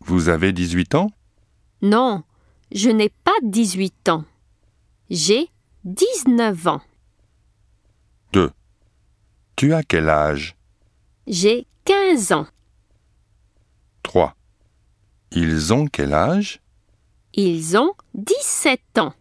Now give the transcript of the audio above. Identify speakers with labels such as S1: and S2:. S1: Vous avez 18 ans
S2: Non, je n'ai pas 18 ans. J'ai 19 ans.
S1: 2. Tu as quel âge
S2: J'ai 15 ans.
S1: 3. Ils ont quel âge
S2: Ils ont 17 ans.